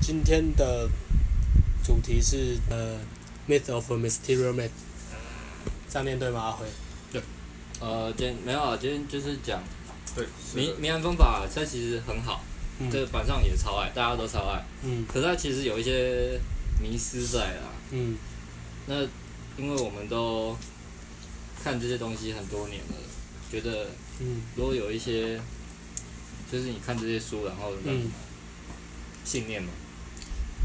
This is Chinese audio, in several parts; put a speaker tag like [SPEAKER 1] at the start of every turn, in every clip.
[SPEAKER 1] 今天的主题是呃，Myth of a Mysterious Myth，这样念对吗？阿辉，
[SPEAKER 2] 呃，今天没有啊，今天就是讲
[SPEAKER 3] 对，
[SPEAKER 2] 迷迷航方法，它其实很好，
[SPEAKER 1] 嗯
[SPEAKER 2] 这个板上也超爱，大家都超爱。
[SPEAKER 1] 嗯
[SPEAKER 2] 可是它其实有一些迷失在啦。
[SPEAKER 1] 嗯
[SPEAKER 2] 那因为我们都看这些东西很多年了，觉得
[SPEAKER 1] 嗯
[SPEAKER 2] 如果有一些，就是你看这些书，然后
[SPEAKER 1] 嗯，
[SPEAKER 2] 信念嘛，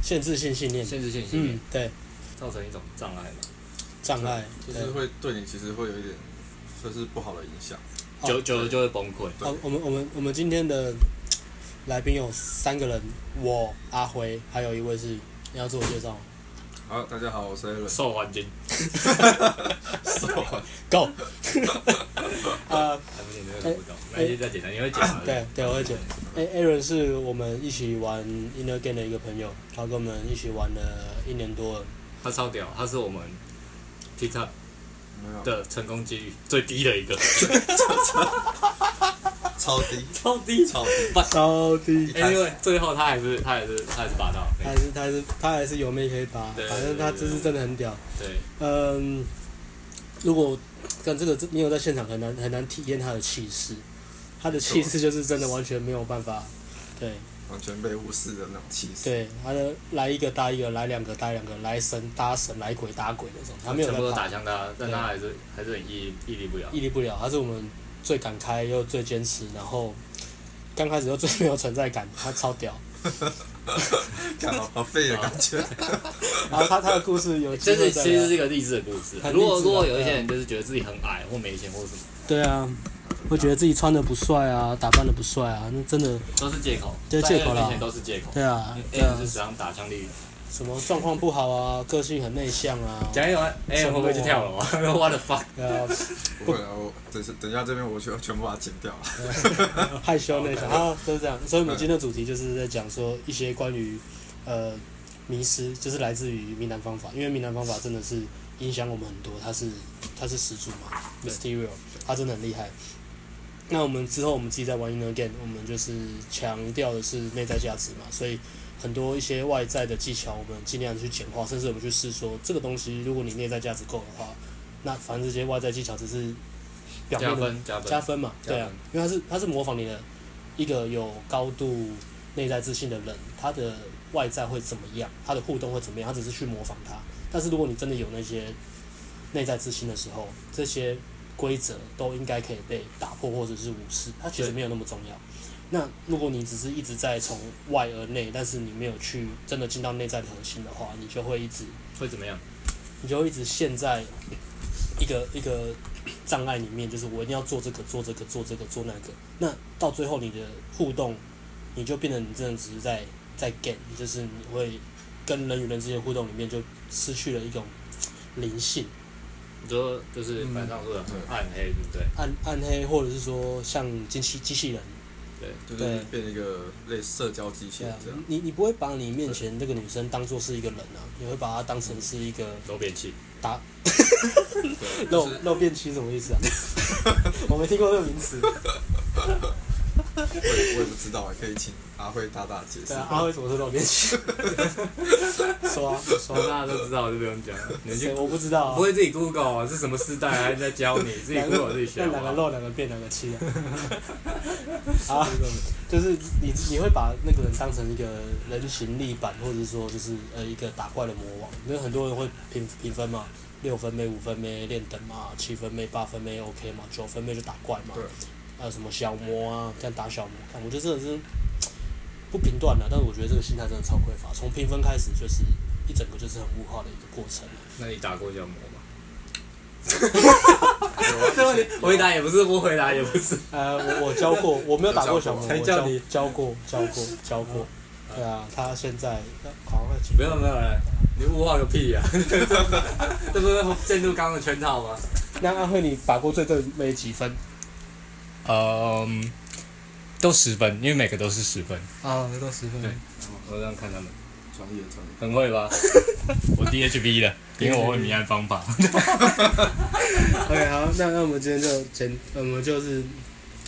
[SPEAKER 1] 限制性信念，
[SPEAKER 2] 限制性信念
[SPEAKER 1] 嗯，对，
[SPEAKER 2] 造成一种障碍嘛。
[SPEAKER 1] 障碍，
[SPEAKER 3] 就
[SPEAKER 1] 对，
[SPEAKER 3] 是会对你其实会有一点，算是不好的影响。
[SPEAKER 1] 哦
[SPEAKER 2] 久久了就会崩溃。
[SPEAKER 3] 对
[SPEAKER 1] 好，哦我们我们我们今天的来宾有三个人，我阿辉，还有一位是你要自我介绍吗
[SPEAKER 3] 好，大家好，我是 Alan。
[SPEAKER 2] 受 环境
[SPEAKER 1] ，Go，呃，。
[SPEAKER 2] 还不行，那个不懂，那就再简单，你会讲吗
[SPEAKER 1] 哎对对，我会讲。A Aaron 是我们一起玩 Inner Game 的一个朋友，他跟我们一起玩了一年多了。
[SPEAKER 2] 他超屌，他是我们 TikTok
[SPEAKER 3] 没有，
[SPEAKER 2] 的成功几率最低的一个，
[SPEAKER 3] 超低，
[SPEAKER 2] 超低
[SPEAKER 3] 超低。
[SPEAKER 1] 超低，
[SPEAKER 2] 哎，因为最后他还是他还是他还是拔到，
[SPEAKER 1] 他还是他还是他还是有妹可以打，
[SPEAKER 2] 对
[SPEAKER 1] 反正他这是真的很屌。
[SPEAKER 2] 对，
[SPEAKER 1] 嗯，如果跟这个这你有在现场很难很难体验他的气势，他的气势就是真的完全没有办法。对
[SPEAKER 3] 完全被无视的那种气势。
[SPEAKER 1] 对，他的来一个搭一个，来两个搭两个，来神搭神，来鬼搭鬼那种，他没有
[SPEAKER 2] 全部
[SPEAKER 1] 在
[SPEAKER 2] 都
[SPEAKER 1] 怕
[SPEAKER 2] 打，向他，但他还是还是很屹屹立不摇。
[SPEAKER 1] 屹立不了。他是我们最敢开又最坚持，然后刚开始又最没有存在感，他超屌。
[SPEAKER 3] 干好好废的感觉。
[SPEAKER 1] 然后他他的故事有机
[SPEAKER 2] 这
[SPEAKER 1] 会
[SPEAKER 2] 是
[SPEAKER 1] 再
[SPEAKER 2] 其实是
[SPEAKER 1] 聊
[SPEAKER 2] 一个励志的故事
[SPEAKER 1] 很。励志啊
[SPEAKER 2] 如果如果有一些
[SPEAKER 1] 对啊
[SPEAKER 2] 人就是觉得自己很矮或没钱或什么，
[SPEAKER 1] 对啊，会觉得自己穿的不帅啊，打扮的不帅啊，那真的
[SPEAKER 2] 都是借口，
[SPEAKER 1] 这是借口啦
[SPEAKER 2] 在那之前都是借口。
[SPEAKER 1] 对啊，
[SPEAKER 2] A
[SPEAKER 1] 对啊
[SPEAKER 2] 哎是，史上打枪率，
[SPEAKER 1] 什么状况不好啊，个性很内向啊，
[SPEAKER 2] 讲一讲 A 会不会去跳楼啊 ？What the fuck？
[SPEAKER 1] 对啊，
[SPEAKER 3] 不会啊，我等下等一下这边我全全部把它剪掉。
[SPEAKER 1] 害羞内向啊，就是这样。所以
[SPEAKER 2] 嗯
[SPEAKER 1] 我们今天的主题就是在讲说一些关于呃迷失，就是来自于闽南方法，因为闽南方法真的是影响我们很多，它是它是始祖嘛
[SPEAKER 2] 对
[SPEAKER 1] ，Mysterio，它真的很厉害。那我们之后我们自己在玩 Inner Game，我们就是强调的是内在价值嘛，所以很多一些外在的技巧，我们尽量去简化，甚至我们去试说这个东西，如果你内在价值够的话，那反正这些外在技巧只是表面
[SPEAKER 2] 加
[SPEAKER 1] 的
[SPEAKER 2] 分加分
[SPEAKER 1] 加分嘛，
[SPEAKER 2] 加分
[SPEAKER 1] 对啊，因为他是他是模仿你的一个有高度内在自信的人，他的外在会怎么样，他的互动会怎么样，他只是去模仿他。但是如果你真的有那些内在自信的时候，这些规则都应该可以被打破或者是无视，它其实
[SPEAKER 2] 对
[SPEAKER 1] 没有那么重要。那如果你只是一直在从外而内，但是你没有去真的进到内在的核心的话，你就会一直
[SPEAKER 2] 会怎么样？
[SPEAKER 1] 你就一直陷在一个一个障碍里面，就是我一定要做这个做这个做这个做那个，那到最后你的互动，你就变得你真的只是在在 get，就是你会跟人与人之间的互动里面就失去了一种灵性，
[SPEAKER 2] 你说就是板上说的
[SPEAKER 3] 嗯
[SPEAKER 2] 暗黑，对不对？
[SPEAKER 1] 暗暗黑或者是说像机器机器人，
[SPEAKER 3] 就是变一个类似社交机器
[SPEAKER 1] 对
[SPEAKER 3] 人
[SPEAKER 1] 啊
[SPEAKER 3] 这样，，
[SPEAKER 1] 你你不会把你面前那个女生当做是一个人啊，你会把她当成是一个
[SPEAKER 2] 揉 扁器，
[SPEAKER 1] 打
[SPEAKER 3] 对，
[SPEAKER 1] 漏
[SPEAKER 3] 就是
[SPEAKER 1] 漏便器什么意思啊？ 我没听过这个名词。
[SPEAKER 3] 我也我也不知道啊，可以请阿辉大大解释
[SPEAKER 1] 对。啊，阿辉怎么是漏便器？ 说啊说啊，
[SPEAKER 2] 哦大家都知道，就不用讲 了。你们去
[SPEAKER 1] 谁我不知道、啊
[SPEAKER 2] 不。会自己 Google 啊？是什么时代还在教你？自己
[SPEAKER 1] 两
[SPEAKER 2] Google 自
[SPEAKER 1] 个
[SPEAKER 2] 己学好
[SPEAKER 1] 两个
[SPEAKER 2] 不好。
[SPEAKER 1] 漏，两个变，两个 气啊！啊，就是你你会把那个人当成一个人形立板，或者说就是呃一个打怪的魔王。因为很多人会评评分嘛，六分妹、五分妹练等嘛，七分妹、八分妹 OK 嘛，九分妹就打怪嘛
[SPEAKER 3] 对。
[SPEAKER 1] 还有什么小魔啊，这样打小魔，看我觉得真的是不评断了，但是我觉得这个心态真的超匮乏。从评分开始就是一整个就是很物化的一个过程。
[SPEAKER 2] 那你打过叫魔 吗？
[SPEAKER 3] 有啊
[SPEAKER 2] 这问题回答也不是，不回答也不 是。
[SPEAKER 1] 呃，我我教过，我没有打过小魔，
[SPEAKER 2] 才
[SPEAKER 1] 我
[SPEAKER 2] 叫
[SPEAKER 1] 教
[SPEAKER 2] 你
[SPEAKER 1] 教过教过教过。对啊，他现在呃好像
[SPEAKER 2] 没有没有了，你物化个屁 呀、啊！这不是进入刚刚的圈套吗？
[SPEAKER 1] 那安慧，你打过最正妹几分？
[SPEAKER 2] 嗯，都十分，因为每个都是十分。
[SPEAKER 1] 啊，到十分
[SPEAKER 2] 对我这样看他们，
[SPEAKER 3] 专业专业。
[SPEAKER 2] 很会吧？ 我 DHB 的，因为我会迷暗方 法。
[SPEAKER 1] OK，好，那那我们今天就简，我们就是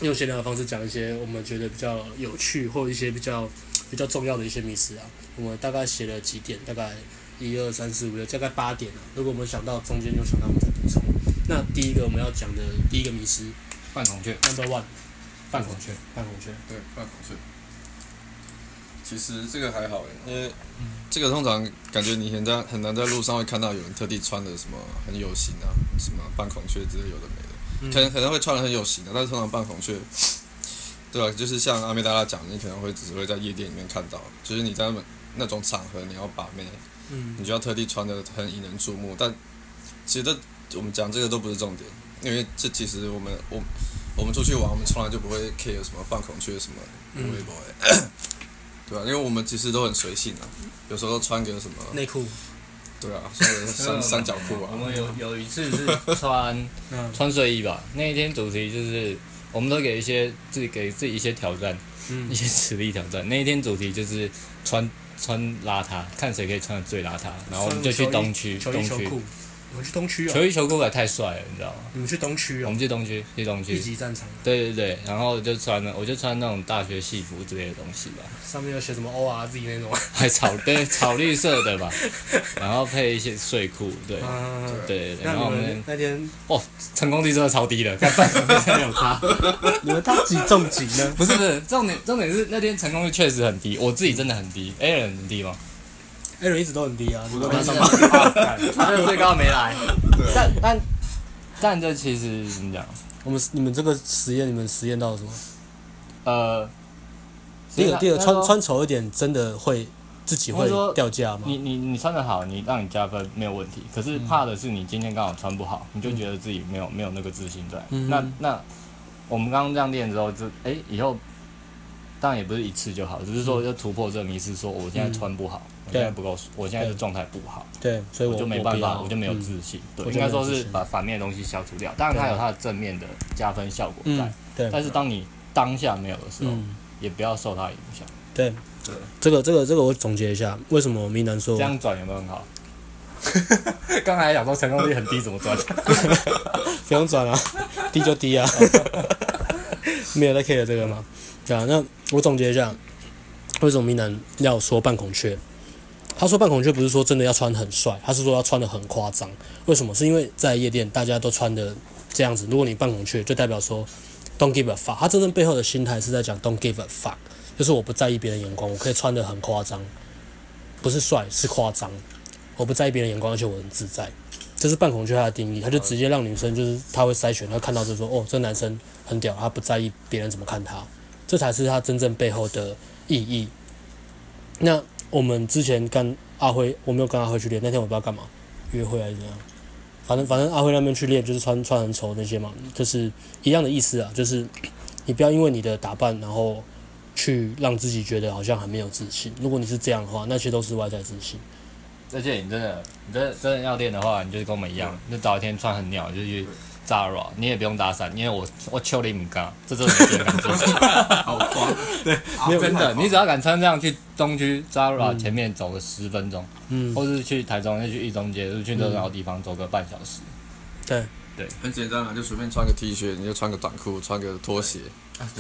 [SPEAKER 1] 用闲聊的方式讲一些我们觉得比较有趣或一些比较比较重要的一些迷思啊。我们大概写了几点，大概一二三四五六，大概八点啊。如果我们想到中间有想到，我们再补充。那第一个我们要讲的第一个迷思
[SPEAKER 2] 半孔雀，
[SPEAKER 1] ，Number One，
[SPEAKER 2] 半孔雀，
[SPEAKER 1] 半孔雀。
[SPEAKER 3] 对，半孔雀。其实这个还好诶，因为这个通常感觉你很在很难在路上会看到有人特地穿的什么很有型啊，什么半孔雀之类有的没的。可能可能会穿的很有型的，但是通常半孔雀，对啊，就是像阿美达拉讲，你可能会只会在夜店里面看到，就是你在那么那种场合你要把妹，
[SPEAKER 1] 嗯
[SPEAKER 3] 你就要特地穿的很引人注目。但其实这我们讲这个都不是重点，因为这其实我们我我们出去玩，我们从来就不会 care 什么半孔雀什么微
[SPEAKER 1] 嗯
[SPEAKER 3] 博、 对啊，因为我们其实都很随性啊，有时候穿个什么，
[SPEAKER 1] 内裤，
[SPEAKER 3] 对啊，穿个 三三角裤啊
[SPEAKER 2] 我，们有有一次是穿
[SPEAKER 1] 嗯
[SPEAKER 2] 穿睡衣吧，那一天主题就是我们都给一些自己给自己一些挑战，一
[SPEAKER 1] 嗯
[SPEAKER 2] 些实力挑战。那一天主题就是穿穿邋遢，看谁可以穿的最邋遢。然后我们就去东区，
[SPEAKER 1] 球
[SPEAKER 2] 东
[SPEAKER 1] 衣球
[SPEAKER 2] 区
[SPEAKER 1] 裤，我们去东区
[SPEAKER 2] 球
[SPEAKER 1] 哦，
[SPEAKER 2] 衣球裤也太帅了，你知道吗？
[SPEAKER 1] 你们去东区哦，
[SPEAKER 2] 我们去东区，去东
[SPEAKER 1] 一
[SPEAKER 2] 区。
[SPEAKER 1] 级战场啊
[SPEAKER 2] 对对对，然后就穿了，我就穿那种大学戏服之类的东西吧，
[SPEAKER 1] 上面有写什么 ORZ 那种，啊
[SPEAKER 2] 还草对草绿色 的吧，然后配一些睡裤，对
[SPEAKER 1] 嗯，
[SPEAKER 2] 对对，
[SPEAKER 1] 那
[SPEAKER 2] 啊然后我
[SPEAKER 1] 你
[SPEAKER 2] 们
[SPEAKER 1] 们那天
[SPEAKER 2] 成功率真的超低的，看半场没有差。
[SPEAKER 1] 你们到底重疾 呢？
[SPEAKER 2] 不是不是，啊重点重点是那天成功率确实很低，我自己真的很低，A 人很低吗？
[SPEAKER 1] 艾伦一直都很低啊，你们
[SPEAKER 3] 我
[SPEAKER 1] 班
[SPEAKER 3] 都
[SPEAKER 1] 上
[SPEAKER 3] 没
[SPEAKER 1] 班
[SPEAKER 2] 他最高没来，
[SPEAKER 3] 对啊，
[SPEAKER 2] 但但但这其实怎么讲？
[SPEAKER 1] 我们你们这个实验，你们实验到了什么？
[SPEAKER 2] 呃，
[SPEAKER 1] 第
[SPEAKER 2] 其实
[SPEAKER 1] 二第二
[SPEAKER 2] 他
[SPEAKER 1] 穿
[SPEAKER 2] 说
[SPEAKER 1] 穿丑一点，真的会自己
[SPEAKER 2] 我
[SPEAKER 1] 会
[SPEAKER 2] 说
[SPEAKER 1] 掉价吗？
[SPEAKER 2] 你你你穿的好，你让你加分没有问题。可是
[SPEAKER 1] 嗯
[SPEAKER 2] 怕的是你今天刚好穿不好，你就觉得自己没有没有那个自信在。
[SPEAKER 1] 嗯
[SPEAKER 2] 那那我们刚刚这样练之后，就哎、以后当然也不是一次就好，只是
[SPEAKER 1] 嗯
[SPEAKER 2] 说要突破这个迷思，说我现在穿不好，我现在不够，我现在的状态不好，
[SPEAKER 1] 对，所以
[SPEAKER 2] 我就没办法，我就没有
[SPEAKER 1] 己。
[SPEAKER 2] 自信。
[SPEAKER 1] 嗯我
[SPEAKER 2] 对，
[SPEAKER 1] 就
[SPEAKER 2] 应
[SPEAKER 1] 没有
[SPEAKER 2] 该说
[SPEAKER 1] 自
[SPEAKER 2] 是
[SPEAKER 1] 信
[SPEAKER 2] 把反面的东西消除掉。当然它
[SPEAKER 1] 对
[SPEAKER 2] 有它的正面的加分效果在
[SPEAKER 1] 嗯，，对，
[SPEAKER 2] 但是哦当你当下没有的时候，
[SPEAKER 1] 嗯，
[SPEAKER 2] 也不要受它影响。
[SPEAKER 1] 对
[SPEAKER 3] 对。
[SPEAKER 1] 这个这个这个我总结一下，为什么明南说
[SPEAKER 2] 这样转有没有很好？ 刚才想说成功率很低，怎么转？
[SPEAKER 1] 不用转啊， 低就低啊， 没有在 care 这个嘛。对啊，那我总结一下，为什么明南要说半孔雀？他说半孔雀不是说真的要穿很帅，他是说要穿的很夸张。为什么？是因为在夜店大家都穿的这样子，如果你半孔雀，就代表说 don't give a fuck。他真正背后的心态是在讲 don't give a fuck，就是我不在意别人眼光，我可以穿的很夸张，不是帅是夸张，我不在意别人眼光，而且我很自在。这是半孔雀它的定义，他就直接让女生就是他会筛选，他看到就说哦，这男生很屌，他不在意别人怎么看他，这才是他真正背后的意义。那我们之前跟阿辉，我没有跟阿辉去练，那天我不知道干嘛，约会还是怎样，反正反正阿辉那边去练就是穿穿很丑那些嘛，就是一样的意思啊，就是你不要因为你的打扮然后去让自己觉得好像很没有自信。如果你是这样的话，那些都是外在自信。
[SPEAKER 2] 而且你真的，你真的真的要练的话，你就是跟我们一样，你就找一天穿很鸟，你就去 Zara，你也不用打伞，因为我我秋你唔干，这真的没有人敢做
[SPEAKER 3] 好狂，
[SPEAKER 2] 没
[SPEAKER 3] 对
[SPEAKER 2] 有真的，你只要敢穿这样去东区 Zara
[SPEAKER 1] 嗯
[SPEAKER 2] 前面走个十分钟，
[SPEAKER 1] 嗯，
[SPEAKER 2] 或是去台中，就去一中街，就去热闹的地方走个半小时，
[SPEAKER 1] 对，
[SPEAKER 3] 很简单啊，就随便穿个 T 恤，你就穿个短裤，穿个拖鞋，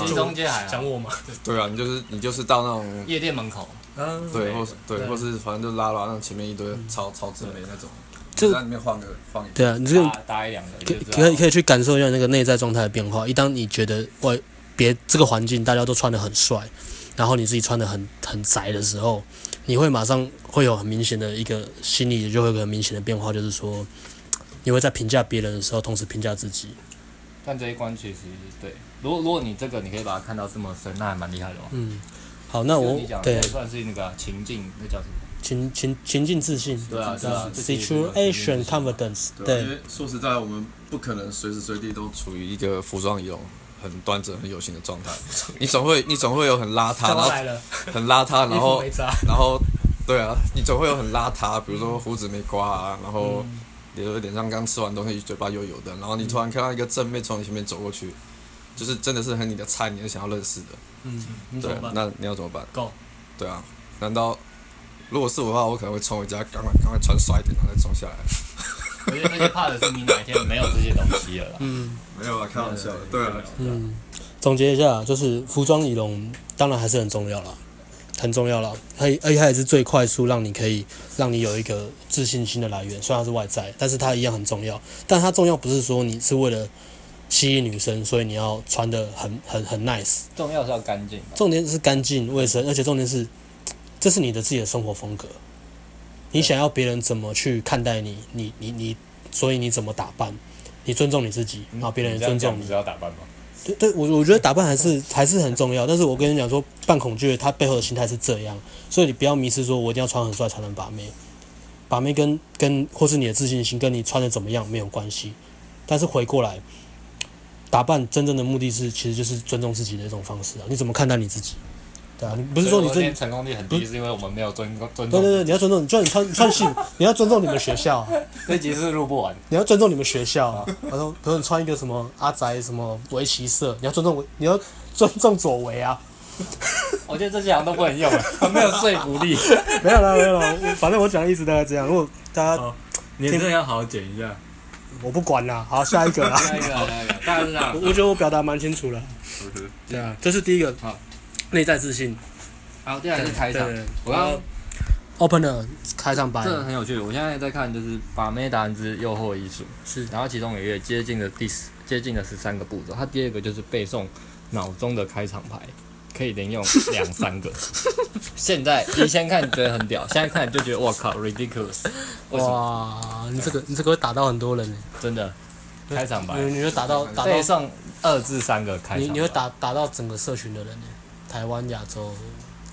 [SPEAKER 2] 一中街还好
[SPEAKER 1] 讲，我嘛。
[SPEAKER 3] 对啊，你就是你就是到那种
[SPEAKER 2] 夜店门口，
[SPEAKER 1] 嗯，
[SPEAKER 3] 对，或是对，
[SPEAKER 1] 对
[SPEAKER 3] 或是反正就拉拉那前面一堆超超正美那种，
[SPEAKER 1] 这
[SPEAKER 3] 在里面晃个晃一
[SPEAKER 1] 对啊，你这个
[SPEAKER 2] 搭搭一两个
[SPEAKER 1] 可
[SPEAKER 2] 就啊知道
[SPEAKER 1] 可以可以去感受一下那个内在状态的变化。一当你觉得外别这个环境大家都穿的很帅，然后你自己穿的很很宅的时候，你会马上会有很明显的一个心理就会有个很明显的变化，就是说你会在评价别人的时候，同时评价自己。
[SPEAKER 2] 但这一关其实对，如果如果你这个你可以把它看到这么深，那还蛮厉害的哦。
[SPEAKER 1] 嗯，好，那
[SPEAKER 2] 就
[SPEAKER 1] 我
[SPEAKER 2] 你讲的
[SPEAKER 1] 对
[SPEAKER 2] 也算是那个啊情境，那叫什么？
[SPEAKER 1] 情情情境自信，
[SPEAKER 2] 对啊
[SPEAKER 1] 对啊
[SPEAKER 2] 这是
[SPEAKER 1] ，situation confidence，
[SPEAKER 3] 对啊，因
[SPEAKER 1] 对
[SPEAKER 3] 为说实在，我们不可能随时随地都处于一个服装仪容很端正、很有型的状态。你总会你总会有很邋遢，然后
[SPEAKER 1] 了，
[SPEAKER 3] 很邋遢，啊然后
[SPEAKER 1] 扎，
[SPEAKER 3] 然后对啊，你总会有很邋遢，比如说胡子没刮啊，然后脸有点像刚吃完东西，嘴巴油油的，然后你突然看到一个正妹从你前面走过去，就是真的是很你的菜，你是想要认识的。
[SPEAKER 1] 嗯，你
[SPEAKER 3] 对，
[SPEAKER 2] 啊
[SPEAKER 3] 啊那你要怎么办
[SPEAKER 1] Go
[SPEAKER 3] 对啊，难道如果是我的话，我可能会冲回家，赶快赶快穿帅一点，然后再冲下来。
[SPEAKER 2] 我 觉得那些怕的是你哪一天没有这些东西了啦。
[SPEAKER 1] 嗯
[SPEAKER 3] 没有啊，开
[SPEAKER 2] 玩笑的对啊
[SPEAKER 1] 嗯，总结一下，就是服装仪容当然还是很重要啦，很重要啦。它也而且它也是最快速让你可以让你有一个自信心的来源，虽然它是外在，但是它一样很重要。但它重要不是说你是为了吸引女生，所以你要穿的很很很 nice，
[SPEAKER 2] 重要是要干净吧。
[SPEAKER 1] 重点是干净卫生，而且重点是这是你的自己的生活风格。你想要别人怎么去看待你，你你你，所以你怎么打扮，你尊重你自己，然后别人也尊重你
[SPEAKER 2] 嗯你。是要打扮吗？
[SPEAKER 1] 对对，我我觉得打扮还是还是很重要，但是我跟你讲说，扮恐惧它背后的心态是这样，所以你不要迷失说我一定要穿很帅才能把妹，把妹跟跟或是你的自信心跟你穿的怎么样没有关系，但是回过来，打扮真正的目的是其实就是尊重自己的一种方式啊，你怎么看待你自己？对啊，你不是说你
[SPEAKER 2] 所以
[SPEAKER 1] 真
[SPEAKER 2] 我今天成功率很低，是因为我们没有尊尊
[SPEAKER 1] 对对
[SPEAKER 2] 重。
[SPEAKER 1] 对，你要尊重，就算你穿穿性，你要尊重你们学校啊、
[SPEAKER 2] 这集是录不完，
[SPEAKER 1] 你要尊重你们学校、啊。他说，比如你穿一个什么阿宅什么围棋社，你要尊重围，你要尊重左围啊。
[SPEAKER 2] 我觉得这些好像都不能用，很 没有说服力。
[SPEAKER 1] 没有啦，没有啦，我反正我讲的意思大概这样。如果大家
[SPEAKER 4] 好 你真的要好好剪一下。
[SPEAKER 1] 我不管啦，好下一个啦。
[SPEAKER 2] 下一个，下一个，大家知道
[SPEAKER 1] 我。我觉得我表达蛮清楚了。对啊，这是第一个
[SPEAKER 2] 嗯好，
[SPEAKER 1] 内在自信。
[SPEAKER 2] 好，第二个是开
[SPEAKER 1] 对
[SPEAKER 2] 场
[SPEAKER 1] 对。对
[SPEAKER 2] 我刚刚
[SPEAKER 1] opener 开场白
[SPEAKER 2] 这个很有趣，我现在在看就是《把妹达人之诱惑艺术》，
[SPEAKER 1] 是
[SPEAKER 2] 然后其中有一个接近的第十接近的十三个步骤，它第二个就是背诵脑中的开场牌，可以连用两 三个。现在以前看觉得很屌，现在看就觉得我靠 ridiculous，为什么？
[SPEAKER 1] 哇，你这个你这个会打到很多人呢。欸
[SPEAKER 2] 真的开场白
[SPEAKER 1] 你你会打到打到
[SPEAKER 2] 背诵二至三个开场
[SPEAKER 1] 你
[SPEAKER 2] 白，
[SPEAKER 1] 你会打打到整个社群的人呢，台湾、亚洲。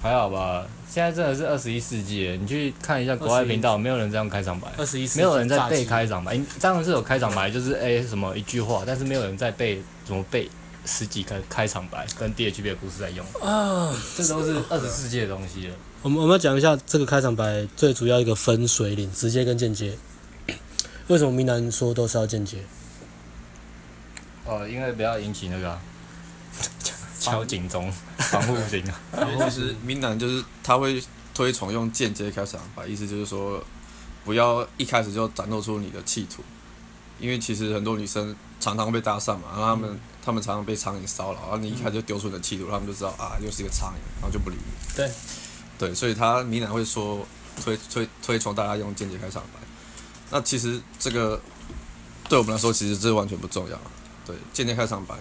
[SPEAKER 2] 还好吧？现在真的是二十一世纪耶，你去看一下国外
[SPEAKER 1] 21
[SPEAKER 2] 频道，没有人这样开场白。
[SPEAKER 1] 二十一世纪
[SPEAKER 2] 没有人在
[SPEAKER 1] 炸
[SPEAKER 2] 背
[SPEAKER 1] 鸡，
[SPEAKER 2] 开场白，当然是有开场白，就是哎、什么一句话，但是没有人在背怎么背十几个开场白跟 DHB 的故事在用，
[SPEAKER 1] 啊！
[SPEAKER 2] 这都是二十世纪的东西了。
[SPEAKER 1] 我们我们要讲一下这个开场白最主要一个分水岭，直接跟间接。为什么明南说都是要间接？
[SPEAKER 2] 哦，因为不要引起那 个啊、敲警钟防护型啊，
[SPEAKER 3] 因为其实闽南就是他会推崇用间接开场白，意思就是说不要一开始就展露出你的企图，因为其实很多女生常常被搭讪嘛，然后她们她、们常常被苍蝇骚扰，然后你一开始就丢出你的企图，她们就知道啊又是一个苍蝇，然后就不理你。
[SPEAKER 1] 对，
[SPEAKER 3] 对，所以他闽南会说推推推崇大家用间接开场白，那其实这个对我们来说其实这完全不重要，对，间接开场白。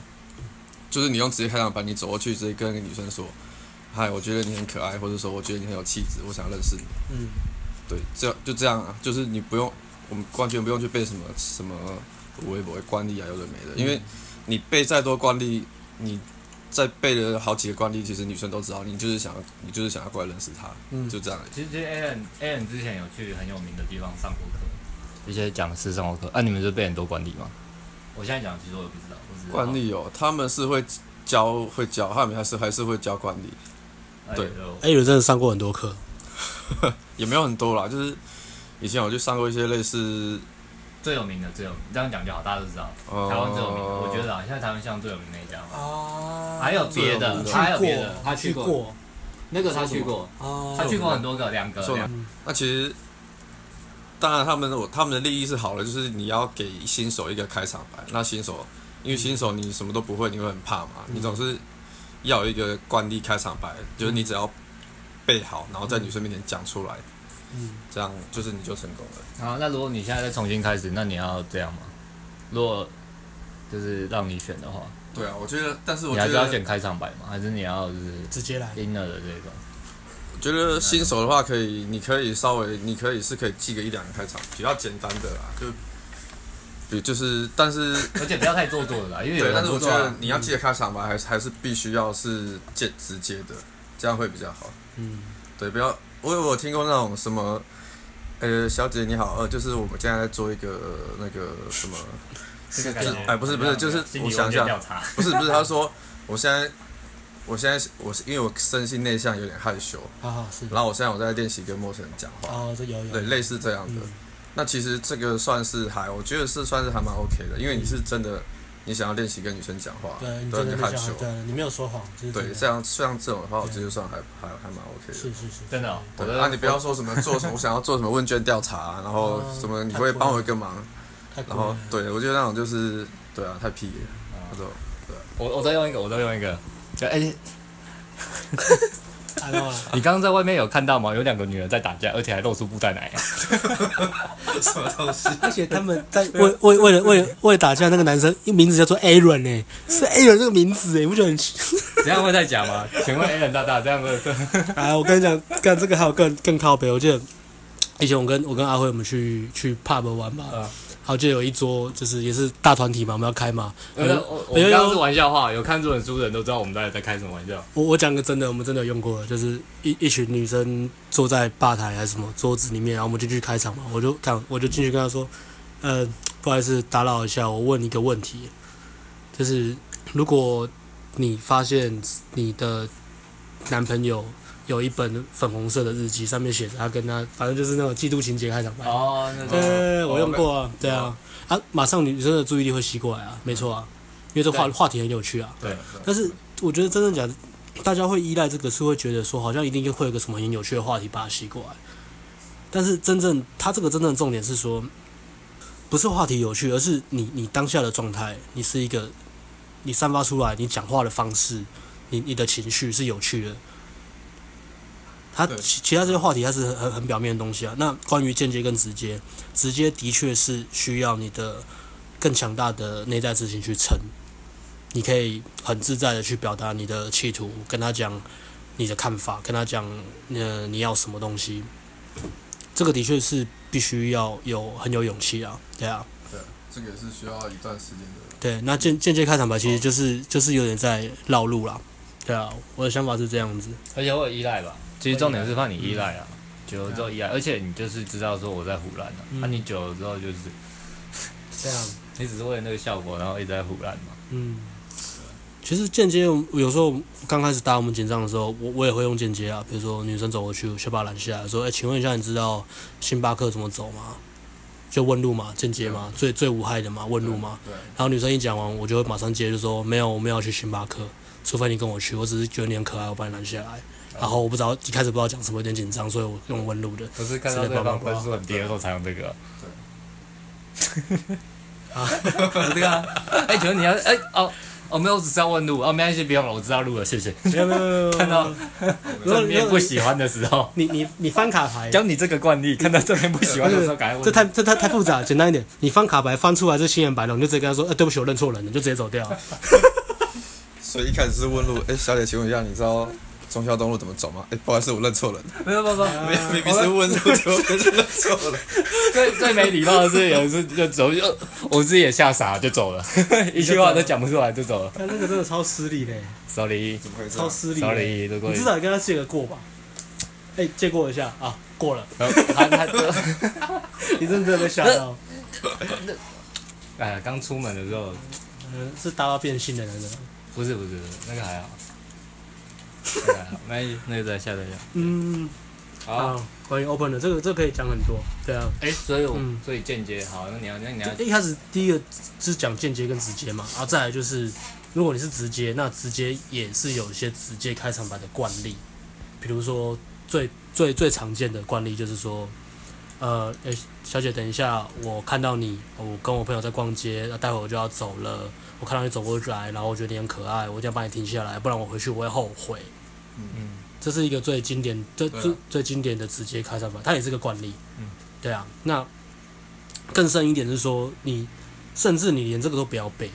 [SPEAKER 3] 就是你用直接开场白，你走过去直接跟一个女生说，嗨，我觉得你很可爱，或者说我觉得你很有气质，我想认识你。
[SPEAKER 1] 嗯，
[SPEAKER 3] 对，这样就这样啊，就是你不用，我们完全不用去背什么什么微博、惯例啊，有的没的，因为你背再多惯例，你再背了好几个惯例，其实女生都知道，你就是想要，你就是想要过来认识她，
[SPEAKER 1] 嗯
[SPEAKER 3] 就这样而已。
[SPEAKER 2] 其实 A N A N 之前有去很有名的地方上过课，一些讲师生活课，啊，你们是背很多管理吗？我现在讲其实我也不知道，我只知道
[SPEAKER 3] 惯例哦，他们是会教会教，他们还是还是会教惯例，
[SPEAKER 2] 哎
[SPEAKER 3] 对
[SPEAKER 2] 有
[SPEAKER 1] 艾伦真的上过很多课，
[SPEAKER 3] 也没有很多啦，就是以前我去上过一些类似，
[SPEAKER 2] 最有名的最有名，这样讲就好，大家都知道。
[SPEAKER 3] 呃、
[SPEAKER 2] 台湾最有名的，我觉得啊，现在台湾像最有名那一家嘛，
[SPEAKER 1] 哦
[SPEAKER 2] 还有别
[SPEAKER 3] 最有
[SPEAKER 2] 的，
[SPEAKER 3] 名的
[SPEAKER 2] 他还有别的，他去过，
[SPEAKER 1] 过，
[SPEAKER 2] 那个他去过，
[SPEAKER 1] 哦
[SPEAKER 2] 他去过很多个，两个，
[SPEAKER 3] 说
[SPEAKER 2] 两
[SPEAKER 3] 呢那其实，当然他们我他们的利益是好的，就是你要给新手一个开场白。那新手，因为新手你什么都不会，你会很怕嘛，你总是要有一个惯例开场白，就是你只要背好，然后在女生面前讲出来，
[SPEAKER 1] 嗯，
[SPEAKER 3] 这样就是你就成功了。
[SPEAKER 2] 好，那如果你现在再重新开始，那你要这样吗？如果就是让你选的话，
[SPEAKER 3] 对啊，我觉得，但是我
[SPEAKER 2] 嗯你
[SPEAKER 3] 觉
[SPEAKER 2] 还是要
[SPEAKER 3] 得，
[SPEAKER 2] 选开场白吗？还是你要就是
[SPEAKER 1] 直接来，
[SPEAKER 2] inner 的这种？
[SPEAKER 3] 觉得新手的话可以，你可以稍微，你可以是可以记个一两个开场，比较简单的啦，就。比就是，但是
[SPEAKER 2] 而且不要太做作了啦，因为有
[SPEAKER 3] 对，但
[SPEAKER 2] 人
[SPEAKER 3] 是
[SPEAKER 2] 做
[SPEAKER 3] 我觉
[SPEAKER 2] 作
[SPEAKER 3] 得
[SPEAKER 2] 啊。
[SPEAKER 3] 你要记得开场白，还是还是必须要是接直接的，这样会比较好。
[SPEAKER 1] 嗯，
[SPEAKER 3] 对，不要，我有我有听过那种什么，呃，小姐你好，呃，就是我们现在在做一个、呃那个什么，
[SPEAKER 2] 这个
[SPEAKER 3] 就是哎不是不是就是
[SPEAKER 2] 心理
[SPEAKER 3] 我想一
[SPEAKER 2] 问
[SPEAKER 3] 下
[SPEAKER 2] 卷调查，
[SPEAKER 3] 不是不是，他说我现在，我现在我是因为我生性内向，有点害羞，
[SPEAKER 1] 好好是，
[SPEAKER 3] 然后我现在我在练习跟陌生人讲话，
[SPEAKER 1] 哦，这有有，
[SPEAKER 3] 对，类似这样的。
[SPEAKER 1] 嗯
[SPEAKER 3] 那其实这个算是还，我觉得是算是还蛮 OK 的，因为你是真的，你想要练习跟女生讲话，
[SPEAKER 1] 对，你
[SPEAKER 3] 对，
[SPEAKER 1] 真
[SPEAKER 3] 你
[SPEAKER 1] 的
[SPEAKER 3] 害
[SPEAKER 1] 没
[SPEAKER 3] 羞
[SPEAKER 1] 讲，，对，你没有说谎，就是
[SPEAKER 3] 对，
[SPEAKER 1] 真的
[SPEAKER 3] 像像这种的话，我觉得算还还还蛮 OK 的。
[SPEAKER 1] 是是是，
[SPEAKER 2] 真的哦，我
[SPEAKER 3] 对
[SPEAKER 2] 的
[SPEAKER 3] 啊，你不要说什么做 什么，我想要做什么问卷调查啊、然后
[SPEAKER 1] 哦
[SPEAKER 3] 什么 你
[SPEAKER 1] 太
[SPEAKER 3] 会
[SPEAKER 1] 酷
[SPEAKER 3] 帮我
[SPEAKER 1] 了
[SPEAKER 3] 一个忙，
[SPEAKER 1] 哦太酷
[SPEAKER 3] 然后
[SPEAKER 1] 了，
[SPEAKER 3] 对我觉得那种就是对啊，太屁了，那种对啊
[SPEAKER 2] 我我再用一个，我再用一个。就哎、
[SPEAKER 1] 看到 吗？
[SPEAKER 2] 你刚刚在外面有看到吗？有两个女人在打架，而且还露出布袋奶。
[SPEAKER 3] 什么东西？
[SPEAKER 1] 而且他们在为为为了为了为了打架，那个男生名字叫做 Aaron 呢、是 Aaron 这个名字哎、你不觉得很奇？
[SPEAKER 2] 这样会在假吗？请问 A 人大大这样 会对？
[SPEAKER 1] 哎，我跟你讲，干这个还有更更靠北。我记得以前我跟我跟阿辉我们去去 pub 玩嘛，
[SPEAKER 2] 嗯
[SPEAKER 1] 然后就有一桌就是也是大团体嘛，我们要开嘛。
[SPEAKER 2] 我呃 我我
[SPEAKER 1] 哎呦
[SPEAKER 2] 刚刚是玩笑话，有看这本书的人都知道我们到底在开什么玩 笑。
[SPEAKER 1] 我我讲个真的，我们真的有用过的，就是一一群女生坐在吧台还是什么桌子里面，然后我们就去开场嘛，我就看我就进去跟她说，呃，不好意思打扰一下，我问你一个问题，就是如果你发现你的男朋友有一本粉红色的日记，上面写着他跟他，反正就是那种嫉妒情节开场白，
[SPEAKER 2] 哦，那
[SPEAKER 1] 对、我用过啊，对啊，啊，马上女生的注意力会吸过来啊，没错啊，因为这话
[SPEAKER 2] 对
[SPEAKER 1] 话题很有趣啊。
[SPEAKER 2] 对，
[SPEAKER 1] 但是我觉得真的假的，大家会依赖这个，是会觉得说好像一定会有个什么很有趣的话题把它吸过来。但是真正他这个真正的重点是说，不是话题有趣，而是你你当下的状态，你是一个你散发出来你讲话的方式，你你的情绪是有趣的。他
[SPEAKER 3] 对
[SPEAKER 1] 其其他这些话题，它是很很很表面的东西啊。那关于间接跟直接，直接的确是需要你的更强大的内在执行去撑，你可以很自在的去表达你的企图，跟他讲你的看法，跟他讲呃你要什么东西，这个的确是必须要有很有勇气啊，对啊，
[SPEAKER 3] 对，这个也是需要一段时间的。
[SPEAKER 1] 对，那间间接开场白其实就是就是有点在绕路啦，对啊，我的想法是这样子，
[SPEAKER 2] 而且会有依赖吧。其实重点是怕你依赖啊，久了之后依赖，而且你就是知道说我在胡乱啊，
[SPEAKER 1] 嗯
[SPEAKER 2] 那你久了之后就是
[SPEAKER 1] 这样，
[SPEAKER 2] 你只是为了那个效果，然后一直在胡乱嘛。
[SPEAKER 1] 嗯，其实间接我们有时候刚开始打我们紧张的时候，我我也会用间接啊，比如说女生走过去，我先把她拦下来，说：“哎、请问一下，你知道星巴克怎么走吗？”就问路嘛，间接嘛，最最无害的嘛，问路嘛。
[SPEAKER 3] 对，
[SPEAKER 1] 然后女生一讲完，我就会马上接，就说：“没有，我没有要去星巴克，除非你跟我去。我只是觉得你很可爱，我把你拦下来。”然后我不知道一开始不知道讲什么，有点紧张，所以我用问路的。
[SPEAKER 2] 不是看到对方分数很低的时候才用这个。啊， 这个啊！哎，请问你要哎哦哦没有，我只是要问路哦，没关系，不用了，我知道路了，谢谢。
[SPEAKER 1] 没有没有没 有，
[SPEAKER 2] 看到正面不喜欢的时候，
[SPEAKER 1] 你你你翻卡牌，
[SPEAKER 2] 教你这个惯例，看到正面不喜欢的时候，赶快问。
[SPEAKER 1] 这太这太太复杂，简单一点，你翻卡牌翻出来是新人白龙，你就直接跟他说，呃，对不起，我认错人了，你就直接走掉。
[SPEAKER 3] 所以一开始是问路，哎、小姐，请问一下，你知道中孝东路怎么走吗？哎、不好意思，我认错人，
[SPEAKER 2] 没有没有没有，
[SPEAKER 3] 没 明明是问路，结果变成认错人。
[SPEAKER 2] 最最没礼貌的是有一次就走就，我自己也吓傻了就 走了，一句话都讲不出来就走了。
[SPEAKER 1] 但那个真的超失礼嘞，
[SPEAKER 2] Sorry
[SPEAKER 3] 怎么啊会这
[SPEAKER 1] 啊超
[SPEAKER 3] 样？
[SPEAKER 1] 失礼的。
[SPEAKER 2] Sorry，如果
[SPEAKER 1] 你至少跟他借个过吧？哎，借过一下啊，过了。
[SPEAKER 2] 然后他他就
[SPEAKER 1] 你真的被吓 到？
[SPEAKER 2] 哎刚出门的时候，
[SPEAKER 1] 嗯，是打到变性的那种。
[SPEAKER 2] 不是不是不是那个还好，那个还好，没关系那个再下再讲。
[SPEAKER 1] 嗯，
[SPEAKER 2] 好，
[SPEAKER 1] 啊，关于 open 的这个，这个可以讲很多。对啊，
[SPEAKER 2] 哎，所以我
[SPEAKER 1] 嗯
[SPEAKER 2] 所以间接好，那你要那你要
[SPEAKER 1] 一开始第一个是讲间接跟直接嘛，然后再来就是，如果你是直接，那直接也是有一些直接开场白的惯例，比如说最最最常见的惯例就是说，呃，诶小姐，等一下，我看到你，我跟我朋友在逛街，那待会我就要走了，我看到你走过来，然后我觉得你很可爱，我一定要把你停下来，不然我回去我会后悔。
[SPEAKER 2] 嗯，
[SPEAKER 1] 这是一个最经典、最
[SPEAKER 3] 对啊
[SPEAKER 1] 最最经典的直接开场白，它也是个惯例。
[SPEAKER 2] 嗯，
[SPEAKER 1] 对啊。那更深一点是说，你甚至你连这个都不要背。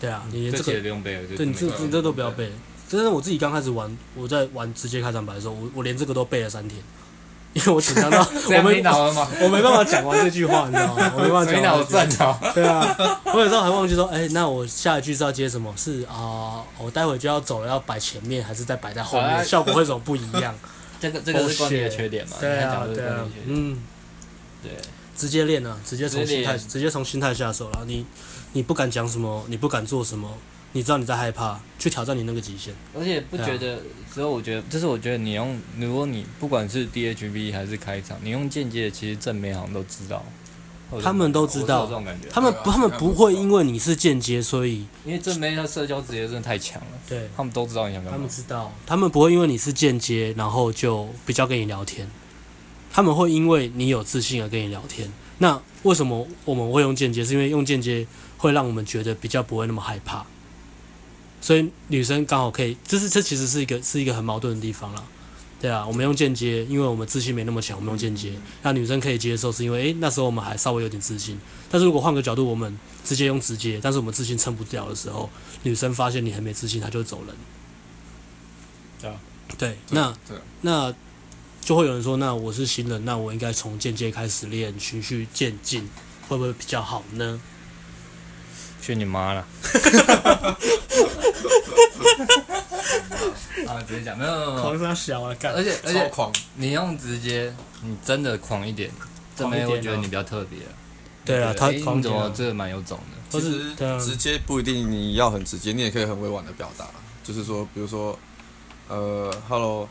[SPEAKER 1] 对啊，你连
[SPEAKER 2] 这
[SPEAKER 1] 这
[SPEAKER 2] 期也
[SPEAKER 1] 个，
[SPEAKER 2] 不用背了，就
[SPEAKER 1] 对你这
[SPEAKER 3] 没
[SPEAKER 1] 这
[SPEAKER 3] 办
[SPEAKER 1] 这
[SPEAKER 3] 法
[SPEAKER 1] 都不要背。真的，我自己刚开始玩，我在玩直接开场白的时候，我我连这个都背了三天， 因为我紧张到
[SPEAKER 2] 这
[SPEAKER 1] 我
[SPEAKER 2] 样没
[SPEAKER 1] 没
[SPEAKER 2] 脑了吗？
[SPEAKER 1] 我没办法讲完这句话，你知道吗？我没办法
[SPEAKER 2] 没
[SPEAKER 1] 讲完
[SPEAKER 2] 脑
[SPEAKER 1] 这句话
[SPEAKER 2] 正常。
[SPEAKER 1] 对啊，我有时候还忘记说，哎、那我下一句是要接什么？是啊、我待会就要走了，要摆前面还是再摆在后
[SPEAKER 2] 好啊
[SPEAKER 1] 面？效果会怎么不一样？
[SPEAKER 2] 这 个这个是惯例的缺点嘛？
[SPEAKER 1] 对
[SPEAKER 2] 你刚才
[SPEAKER 1] 啊
[SPEAKER 2] 讲，的是
[SPEAKER 1] 对
[SPEAKER 2] 惯例
[SPEAKER 1] 啊
[SPEAKER 2] 的缺，点。
[SPEAKER 1] 嗯，
[SPEAKER 2] 对，
[SPEAKER 1] 直接练啊，直接从心态，
[SPEAKER 2] 直接练
[SPEAKER 1] 直接从心态下手了。你你不敢讲什么，你不敢做什么，你知道你在害怕，去挑战你那个极限。
[SPEAKER 2] 而且不觉得，所以我觉得，就是我觉得你用，如果你不管是 DHB 还是开场，你用间接的，其实正面好像都知道，或者是
[SPEAKER 1] 他们都知道
[SPEAKER 2] 我是有这种感觉。
[SPEAKER 1] 他们
[SPEAKER 3] 对啊
[SPEAKER 1] 不，他们
[SPEAKER 3] 这样
[SPEAKER 1] 不
[SPEAKER 3] 不
[SPEAKER 1] 会
[SPEAKER 3] 错
[SPEAKER 1] 因为你是间接，所以
[SPEAKER 2] 因为正面他社交职业真的太强了，
[SPEAKER 1] 对
[SPEAKER 2] 他们都知道你想
[SPEAKER 1] 他
[SPEAKER 2] 干
[SPEAKER 1] 们
[SPEAKER 2] 嘛。
[SPEAKER 1] 知道，他们不会因为你是间接，然后就比较跟你聊天，他们会因为你有自信而跟你聊天。那为什么我们会用间接？是因为用间接会让我们觉得比较不会那么害怕，所以女生刚好可以，这是这其实是一个是一个很矛盾的地方啦。对啊，我们用间接，因为我们自信没那么强，我们用间接，那女生可以接受，是因为诶那时候我们还稍微有点自信。但是如果换个角度，我们直接用直接，但是我们自信撑不了的时候，女生发现你很没自信，她就会走人。
[SPEAKER 4] 对啊，
[SPEAKER 1] 对，那
[SPEAKER 3] 对啊
[SPEAKER 1] 那就会有人说，那我是新人，那我应该从间接开始练，循序渐进，会不会比较好呢？
[SPEAKER 2] 去你妈了！啊，直接讲没有没有没有，
[SPEAKER 1] 上小啊，干
[SPEAKER 2] 而且而
[SPEAKER 3] 超
[SPEAKER 2] 且
[SPEAKER 3] 狂，
[SPEAKER 2] 你用直接，你真的狂一点，这
[SPEAKER 1] 狂一点
[SPEAKER 2] 边会觉得
[SPEAKER 1] 啊
[SPEAKER 2] 你比较特别。
[SPEAKER 1] 对
[SPEAKER 3] 哎
[SPEAKER 1] 啊，
[SPEAKER 2] 对
[SPEAKER 1] 他
[SPEAKER 2] 诶
[SPEAKER 1] 狂
[SPEAKER 2] 你怎
[SPEAKER 1] 点啊
[SPEAKER 2] 么这个蛮有种的？
[SPEAKER 1] 或
[SPEAKER 3] 其
[SPEAKER 1] 是
[SPEAKER 3] 实
[SPEAKER 1] 对啊
[SPEAKER 3] 直接不一定你要很直接，你也可以很委婉的表达，就是说，比如说，呃，Hello，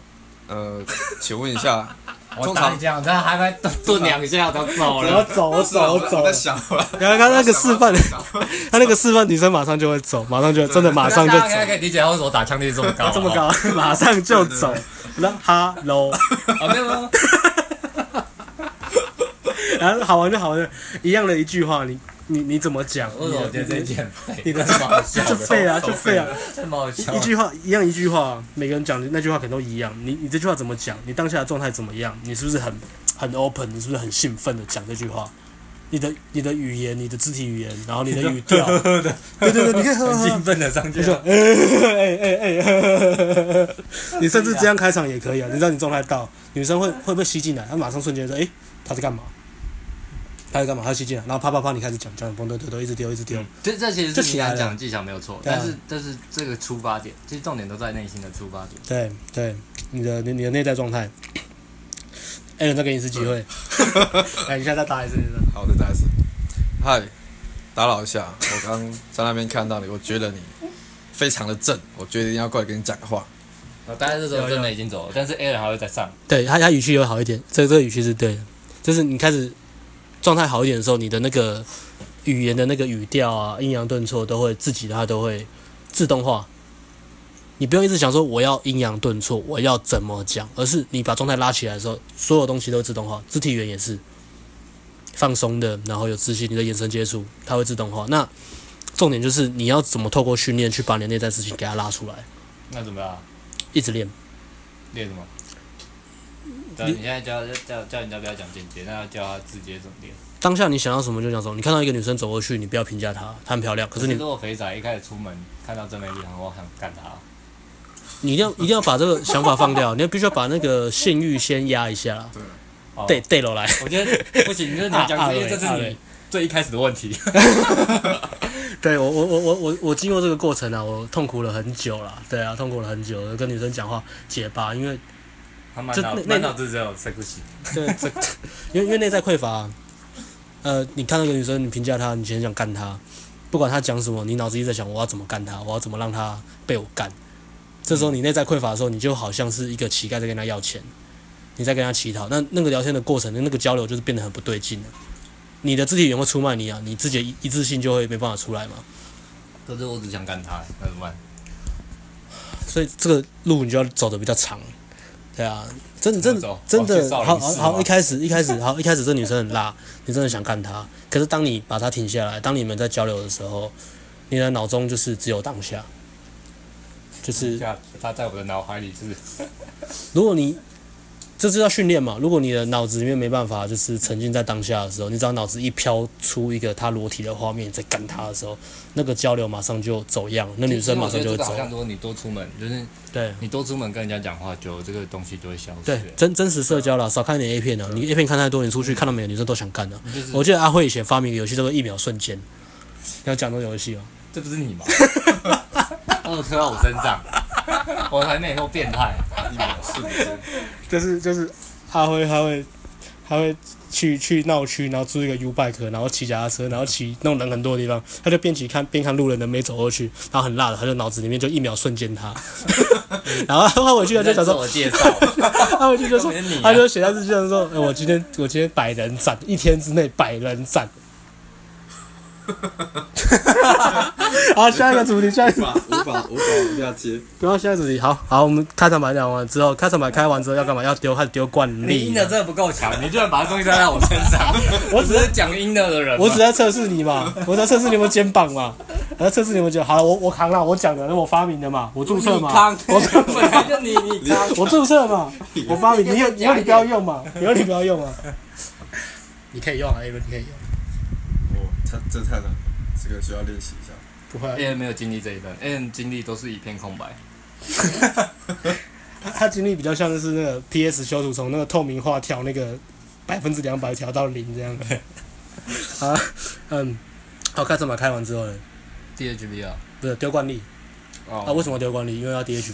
[SPEAKER 3] 呃，请问一下， 通
[SPEAKER 2] 我
[SPEAKER 3] 常
[SPEAKER 2] 打你这样，他还没顿顿两下 都走
[SPEAKER 1] 我要
[SPEAKER 2] 了。
[SPEAKER 1] 走，我走，我走
[SPEAKER 3] 我在。想，
[SPEAKER 1] 然后他那个示范，
[SPEAKER 3] 我
[SPEAKER 1] 他那个示范，女生马上就会走，马上就真的马上就走
[SPEAKER 2] 大家，可以可以理解他为什么打枪率这么高，啊
[SPEAKER 1] 这么
[SPEAKER 2] 好
[SPEAKER 1] 高，马上就走。那哈喽，
[SPEAKER 2] 不好？啊，没有没有，
[SPEAKER 1] 然后好玩就好玩，一样的一句话，你你你怎么讲？
[SPEAKER 2] 为什么我觉得这一
[SPEAKER 1] 你
[SPEAKER 2] 件废？
[SPEAKER 1] 你的
[SPEAKER 2] 这么好笑
[SPEAKER 1] 就
[SPEAKER 2] 的，
[SPEAKER 1] 废啊，就废啊。
[SPEAKER 2] 这么好笑
[SPEAKER 1] 一。句话一样一句话，每个人讲的那句话可能都一样。你你这句话怎么讲？你当下的状态怎么样？你是不是很很 open？你是不是很兴奋的讲这句话？你的你的语言、你的肢体语言，然后你的语 调，对对对， 你可以呵
[SPEAKER 2] 很
[SPEAKER 1] 呵
[SPEAKER 2] 兴
[SPEAKER 1] 呵。
[SPEAKER 2] 奋的上去
[SPEAKER 1] 你，说，哎哎哎哎呵呵呵， 你甚至这样开场也可以啊。你知道你状态到，女生会会被吸进来，她马上瞬间说，哎、她在干嘛？她在干嘛？她吸进来，然后啪啪啪，你开始讲讲，砰对对对，一直丢一直丢。
[SPEAKER 2] 这这其实
[SPEAKER 1] 这
[SPEAKER 2] 是
[SPEAKER 1] 起
[SPEAKER 2] 你
[SPEAKER 1] 来
[SPEAKER 2] 想
[SPEAKER 1] 了
[SPEAKER 2] 讲的技巧没有错，
[SPEAKER 1] 对啊
[SPEAKER 2] 但是但是这个出发点，其实重点都在内心的出发点。
[SPEAKER 1] 对对，你的你你的内在状态。艾伦再给你一次机会，来，你现在再打一次，你再
[SPEAKER 3] 好的，再来一次。嗨，打扰一下，啊我刚在那边看到你，我觉得你非常的正，我决定要过来跟你讲个话。
[SPEAKER 2] 哦大家这时
[SPEAKER 1] 有
[SPEAKER 2] 候
[SPEAKER 1] 有
[SPEAKER 2] 真的已经走了，但是 A 人还会再上。
[SPEAKER 1] 对他他语气有好一点，这这个语气是对的，就是你开始状态好一点的时候，你的那个语言的那个语调啊、阴阳顿挫都会自己它都会自动化。你不用一直想说我要阴阳顿挫，我要怎么讲，而是你把状态拉起来的时候，所有东西都自动化，肢体语言也是放松的，然后有自信，你的眼神接触它会自动化。那重点就是你要怎么透过训练去把你的内在自信给它拉出来，
[SPEAKER 2] 那怎么样？
[SPEAKER 1] 一直练。
[SPEAKER 2] 练什么？
[SPEAKER 1] 嗯
[SPEAKER 2] 对，你现在叫叫叫人家不要讲间接，那要叫他直接怎么练？
[SPEAKER 1] 当下你想要什么就讲什么。你看到一个女生走过去，你不要评价她，她很漂亮，可
[SPEAKER 2] 可
[SPEAKER 1] 是
[SPEAKER 2] 是
[SPEAKER 1] 你
[SPEAKER 2] 如果肥仔一开始出门看到真美丽，我想干他。
[SPEAKER 1] 你一定要一定要把这个想法放掉，你要必须要把那个性欲先压一下啦。
[SPEAKER 2] 哦
[SPEAKER 1] 对，对了来，
[SPEAKER 2] 我觉得 不行，就是你讲
[SPEAKER 1] 啊
[SPEAKER 2] 直接，这
[SPEAKER 1] 啊
[SPEAKER 2] 是
[SPEAKER 1] 对
[SPEAKER 2] 你最一开始的问题。
[SPEAKER 1] 对我我我我我我经过这个过程啊，我痛苦了很久啦，对啊，痛苦了很久，跟女生讲话结巴，因为
[SPEAKER 2] 他满
[SPEAKER 1] 这
[SPEAKER 2] 脑
[SPEAKER 1] 那那
[SPEAKER 2] 满脑子只有塞不起。
[SPEAKER 1] 对，这因为因为内在匮乏、啊呃，你看到一个女生，你评价她，你先想干她，不管她讲什么，你脑子一直在想我要怎么干她，我要怎么让她被我干。这时候你内在匮乏的时候，你就好像是一个乞丐在跟她要钱，你在跟她乞讨。那那个聊天的过程，那个交流就是变得很不对劲了。你的肢体语言会出卖你啊，你自己的一一致性就会没办法出来嘛。
[SPEAKER 2] 可是我只想干他，那怎么办？
[SPEAKER 1] 所以这个路你就要走的比较长，对啊，真的
[SPEAKER 2] 怎
[SPEAKER 1] 真
[SPEAKER 2] 么
[SPEAKER 1] 的
[SPEAKER 2] 走
[SPEAKER 1] 真
[SPEAKER 2] 往去
[SPEAKER 1] 的
[SPEAKER 2] 少
[SPEAKER 1] 好
[SPEAKER 2] 林
[SPEAKER 1] 好
[SPEAKER 2] 寺
[SPEAKER 1] 好，
[SPEAKER 2] 吗
[SPEAKER 1] 一开始一开始好一开始这女生很辣， 你真的想干她，可是当你把她停下来，当你们在交流的时候，你的脑中就是只有当下，就是
[SPEAKER 2] 他他在我的脑海里是
[SPEAKER 1] 如果你这是要训练嘛，如果你的脑子里面没办法就是沉浸在当下的时候，你只要脑子一飘出一个她裸体的画面，你在干她的时候，那个交流马上就走样，那女生马上就会
[SPEAKER 2] 我觉得这个
[SPEAKER 1] 走
[SPEAKER 2] 好，像如果你多出门，就是
[SPEAKER 1] 对。
[SPEAKER 2] 你多出门跟人家讲话，久了这个东西就会消失。
[SPEAKER 1] 对，真真实社交啦，少看一点 A 片啊！你 A 片看太多，你出去看到每个女生都想干的。
[SPEAKER 2] 就是
[SPEAKER 1] 我记得阿慧以前发明一个游戏叫做“一秒瞬间”，你要讲这种游戏哦。
[SPEAKER 2] 这不是你吗？ 恶推到我身上，我还没有变态。
[SPEAKER 3] 一秒瞬间，
[SPEAKER 1] 就是就是阿辉他会他会去去闹区，然后租一个 U bike，然后骑脚踏车，然后骑那种人很多的地方，他就边骑看边看路人的没走过去，然后很辣的，他就脑子里面就一秒瞬间他， 然后他回去他就想
[SPEAKER 2] 自
[SPEAKER 1] 说，
[SPEAKER 2] 我介绍，
[SPEAKER 1] 他回去就说
[SPEAKER 2] 根本是你啊
[SPEAKER 1] 他就写在日记上说，呃我今天我今天百人斩，一天之内百人 斩。好，下一个主题，下一 个，
[SPEAKER 3] 无法无法无法下接。
[SPEAKER 1] 不要下一个主题。好好，我们开场白讲完之后，开场白开完之后要干嘛？要丢，开始丢惯例。
[SPEAKER 2] 你阴的真的不够 强，你居然把这东西带到我身上。我只是讲阴的的人嘛，啊
[SPEAKER 1] 我只在测试你嘛，我只在测试你有没有肩膀嘛。然后测试你们觉得好了，我我扛了，我讲的，那我发明的嘛，我注册嘛，我 注册
[SPEAKER 5] 本来就你你扛，
[SPEAKER 1] 我注 册嘛，我发明，以后以后你不要用嘛，以后你不要用嘛。
[SPEAKER 4] 你可以用啊，A 轮你可以用，
[SPEAKER 3] 哦，他这太难了，这个需要练习一下。
[SPEAKER 4] 不会啊
[SPEAKER 2] A N 没有经历这一段，A N 经历都是一片空白。
[SPEAKER 1] 他他经历比较像是那个 PS 修图从那个透明化调那个百分之两百调到零这样。啊，嗯，好，看怎么开完之后呢？
[SPEAKER 2] D H V 啊，
[SPEAKER 1] 不是丢惯例啊？
[SPEAKER 2] 哦
[SPEAKER 1] 为什么丢惯例？因为要 DH